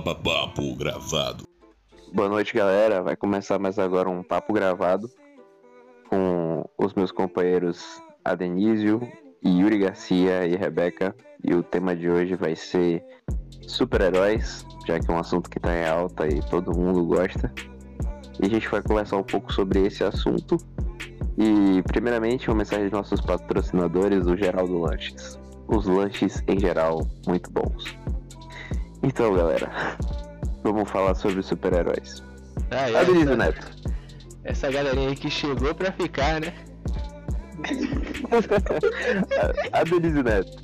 Papo gravado. Boa noite, galera. Vai começar mais agora um papo gravado com os meus companheiros Adenísio, Yuri Garcia e Rebeca. E o tema de hoje vai ser super-heróis, já que é um assunto que tá em alta e todo mundo gosta. E a gente vai conversar um pouco sobre esse assunto. E, primeiramente, uma mensagem dos nossos patrocinadores, do Geraldo Lanches. Os lanches, em geral, muito bons. Então, galera, vamos falar sobre super-heróis. Ah, é, Adelísio essa, Neto. essa galerinha aí que chegou pra ficar, né? Adelísio Neto.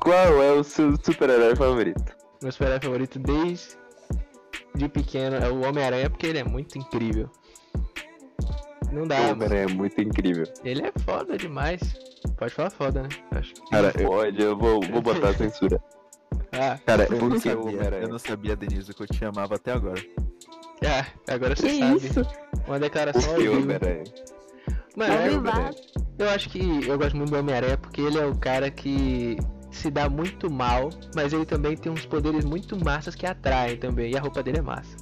Qual é o seu super-herói favorito? Meu super-herói favorito desde de pequeno é o Homem-Aranha, porque ele é muito incrível. Não dá, mano. é muito incrível. Ele é foda demais. Pode falar foda, né? Acho que... Cara, eu... Olha, eu vou, vou botar a censura. Ah, Cara, Eu não, porque sabia, o eu Homem-Aranha. não sabia, Denise, que eu te amava até agora. ah, agora você Que sabe. É isso? Uma declaração ao Porque é o vivo. Homem-Aranha. Mano, Ao eu, vivo. Privado. eu acho que eu gosto muito do Homem-Aranha porque ele é o cara que se dá muito mal, mas ele também tem uns poderes muito massas que atraem também. E a roupa dele é massa.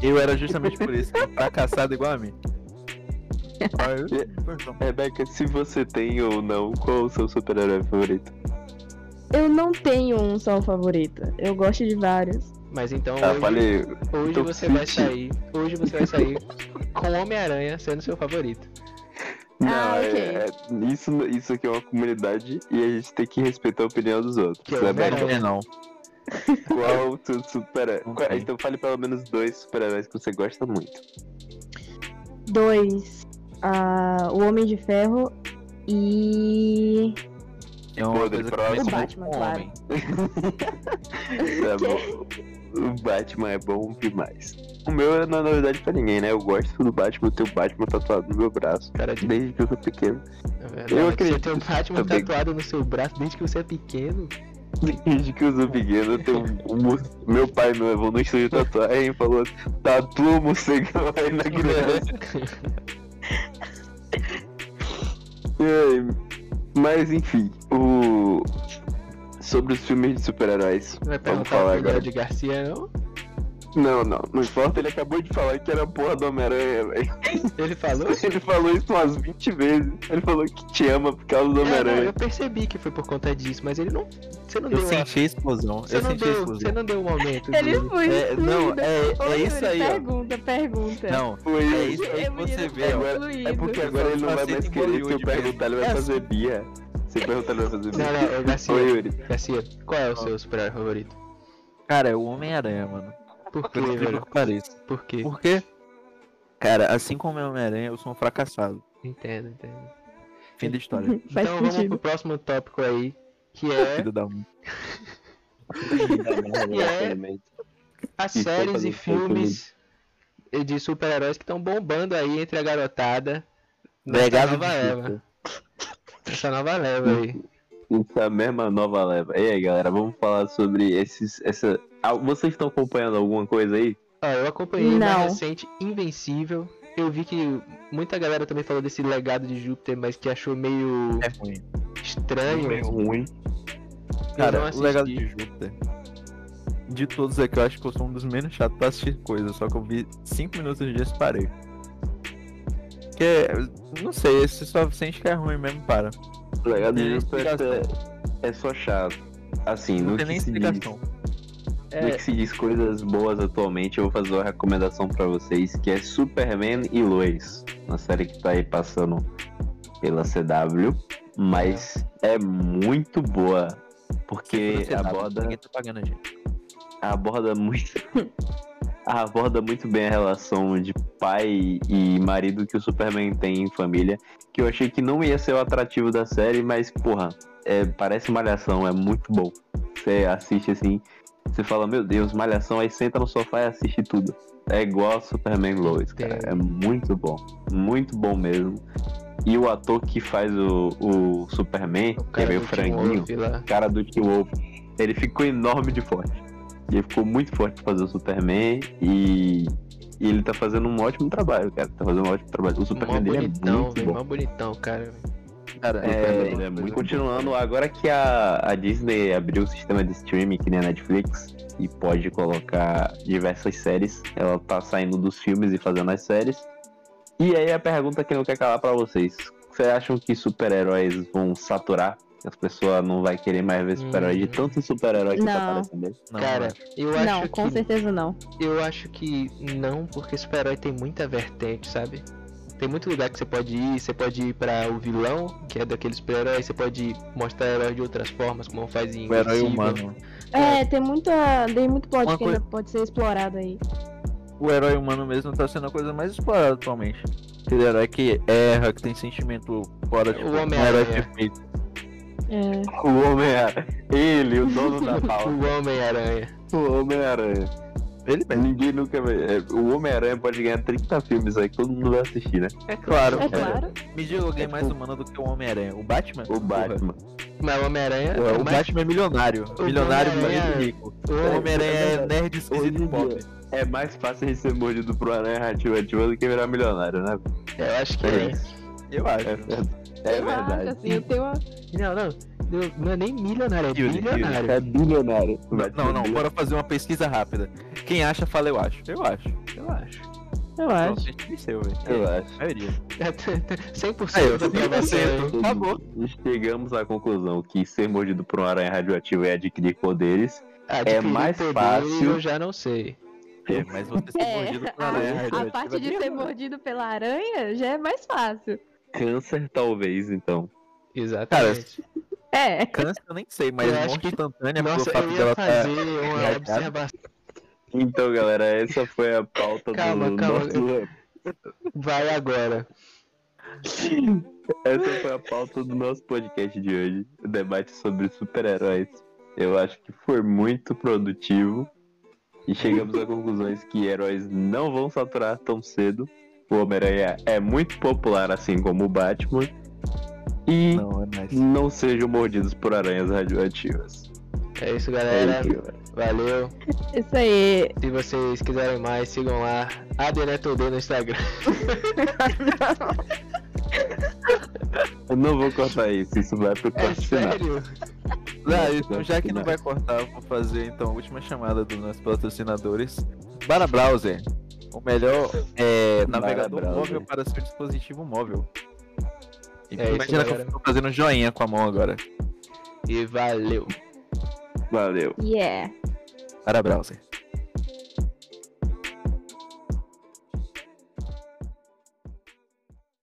Eu era justamente por isso, que tá caçado igual a mim. Aí eu- Rebeca, se você tem ou não, qual o seu super-herói favorito? Eu não tenho um só favorito. Eu gosto de vários. Mas então Ah, hoje- falei. Hoje Então, você vai Switch. sair. Hoje você vai sair com Homem-Aranha sendo seu favorito. Não, Ah, é- é- isso, isso aqui é uma comunidade e a gente tem que respeitar a opinião dos outros. Que é o Rebeca, Homem-Aranha. É não. qual o seu super-herói? Ok. qual- Então fale pelo menos dois super-heróis que você gosta muito. Dois. ah, o Homem de Ferro e. É uma Podre, coisa que próximo. começou O Batman, com um claro. homem. Tá bom. O Batman é bom demais. O meu não é novidade pra ninguém, né? Eu gosto do Batman, eu tenho o Batman tatuado no meu braço. Cara de. Desde que eu sou pequeno. Eu acredito Você tem o Batman também. tatuado no seu braço desde que você é pequeno. Desde que eu sou pequeno, eu tenho um mos- meu pai me levou no estúdio de tatuagem e falou: assim, tatua o morcegão aí na criança. E aí, Mas enfim, o. Sobre os filmes de super-heróis. Não vai Vamos perguntar falar o Miguel agora. de Garcia, não? Não, não, não importa, ele acabou de falar que era a porra do Homem-Aranha, velho. Ele falou? É, Ele falou isso umas 20 vezes. Ele falou que te ama por causa do É, não, Homem-Aranha. eu percebi que foi por conta disso, mas ele não. Você não Eu deu. a- senti a explosão. Você Eu não senti a deu. Você explosão. não deu um o momento. Ele dele. foi. É, não, excluído. é, é Ô, isso Yuri, aí, ó. Pergunta, pergunta. Não, Foi é isso. isso aí que você vê, ó. vê, É porque agora ele não vai mais Faceta em querer. Se eu Bollywood perguntar, ele vai É. fazer Bia. Se eu perguntar, ele vai fazer Não, Bia. não, ô, Garcia. Oi, Yuri. Garcia, qual é o seu super-herói favorito? Cara, é o Homem-Aranha, mano. Por quê, Pelo incrível velho? que pareça. Por quê? Por quê? Cara, assim como é o Homem-Aranha, eu sou um fracassado. Entendo, entendo. Fim da história. Faz então vamos pro sentido. próximo tópico aí, que é, Filho da mãe. né, que é as Isso, séries fazer e um pouco filmes de super-heróis que estão bombando aí entre a garotada tá nessa Legado de nova leva. Justiça. Essa nova leva aí. Essa mesma nova leva. E aí, galera, vamos falar sobre esses. Essa... Ah, vocês estão acompanhando alguma coisa aí? Ó, eu acompanhei o Não. mais recente Invencível. Eu vi que muita galera também falou desse legado de Júpiter, mas que achou meio É ruim. estranho. ruim. não Cara, o assisti. legado de Júpiter. De todos aqui, eu acho que eu sou um dos menos chatos pra assistir coisas, só que eu vi 5 minutos de dias e parei. Que é, não sei, você só sente que é ruim mesmo, para. O legado de Tem tá Justo é, é só chato. Assim, Não no tem que, nem se diz, explicação. É. no que se diz coisas boas atualmente, eu vou fazer uma recomendação pra vocês que é Superman e Lois. Uma série que tá aí passando pela CW, mas é muito boa. Porque Você aborda. Ninguém tá pagando a gente. aborda muito aborda muito bem a relação de pai e marido que o Superman tem em família, que eu achei que não ia ser o atrativo da série, mas porra, é, parece malhação, é muito bom. Você assiste assim, você fala, meu Deus, malhação, aí senta no sofá e assiste tudo. É igual a Superman Lois, cara. É muito bom. Muito bom mesmo. E o ator que faz o, o Superman, que é meio do Tim franguinho, Wolfe um lá. cara do Tim Wolf. Ele ficou enorme de forte. Ele ficou muito forte pra fazer o Superman e, e ele tá fazendo um ótimo trabalho, cara. Tá fazendo um ótimo trabalho. O Mó Superman dele é bonitão, muito velho. bom. Mó bonitão, cara. Cara, É, também lembro. Continuando, agora que a, a Disney abriu o sistema de streaming que nem a Netflix e pode colocar diversas séries, ela tá saindo dos filmes e fazendo as séries. E aí a pergunta que eu quero calar pra vocês: vocês acham que super-heróis vão saturar? Que As pessoas não vai querer mais ver super-herói de Hum. tanto super-herói que tá Não. aparecendo. Não, Cara, mano. eu acho Não, que com certeza não. Eu acho que não, porque super-herói tem muita vertente, sabe? Tem muito lugar que você pode ir, você pode ir pra o vilão, que é daquele super-herói, você pode mostrar herói de outras formas, como faz em o herói Invencível. humano. É, tem muita. Tem muito plot Uma que ainda pode ser explorado aí. O herói humano mesmo tá sendo a coisa mais explorada atualmente. Aquele herói que erra, que tem sentimento fora de O Homem-Aranha. herói perfeito. É. O Homem-Aranha. Ele, o dono da pau. O Homem-Aranha. o Homem-Aranha. Ele mesmo. Ninguém nunca vê. é, O Homem-Aranha pode ganhar 30 filmes aí que todo mundo vai assistir, né? É claro. É claro. Me diga alguém mais humano do que o Homem-Aranha. O Batman? O Batman. Mas o Homem-Aranha Porra. Porra, o mais- Batman é milionário. O milionário, Homem-Aranha- mas rico. o O Homem- Homem-Aranha é verdade. nerd esquisito Hoje e em pop. É mais fácil ele ser mordido por uma aranha ativa do que virar milionário, né? Eu acho que é. Eu acho. É, verdade. é verdade. assim, Não, não. Não, não é nem milionário, é Yuri, Yuri, bilionário. É bilionário. Não, não, bora fazer uma pesquisa rápida. Quem acha, fala eu acho. Eu acho. Eu acho. Eu Pronto, acho. a gente venceu, velho. Eu É, acho. a maioria. 100% Aí, da eu tô população. cento. Acabou. Chegamos à conclusão que ser mordido por uma aranha radioativa e adquirir poderes Adquirir mais poder, fácil. Ah, Eu já não sei. É, mas você ser mordido por aranha. a, a parte de ser mordido pela aranha já é mais fácil. câncer, talvez, então. Exatamente. É. Câncer eu nem sei, mas Eu acho morte que- instantânea pelo Nossa, eu fato ia dela tá... fazer uma engasgada. observação. Então, galera, essa foi a pauta Calma, do calma. nosso. Vai agora. Essa foi a pauta do nosso podcast de hoje. O debate sobre super-heróis. Eu acho que foi muito produtivo. E chegamos a conclusões que heróis não vão saturar tão cedo. O Homem-Aranha é muito popular, assim como o Batman. E Não, é mais. não, sejam mordidos por aranhas radioativas. É isso, É galera. isso, galera. Valeu. Isso aí. Se vocês quiserem mais, sigam lá. ADNetod no Instagram. Eu não vou cortar isso, isso vai pro É corte final. sério? Ah, então, já que não vai cortar, eu vou fazer então a última chamada dos nossos patrocinadores. Bara Browser, o melhor é, Bara navegador Browser. móvel para seu dispositivo móvel. E É isso, imagina que eu galera. estou fazendo joinha com a mão agora. E valeu. Valeu. Yeah. Bara Browser.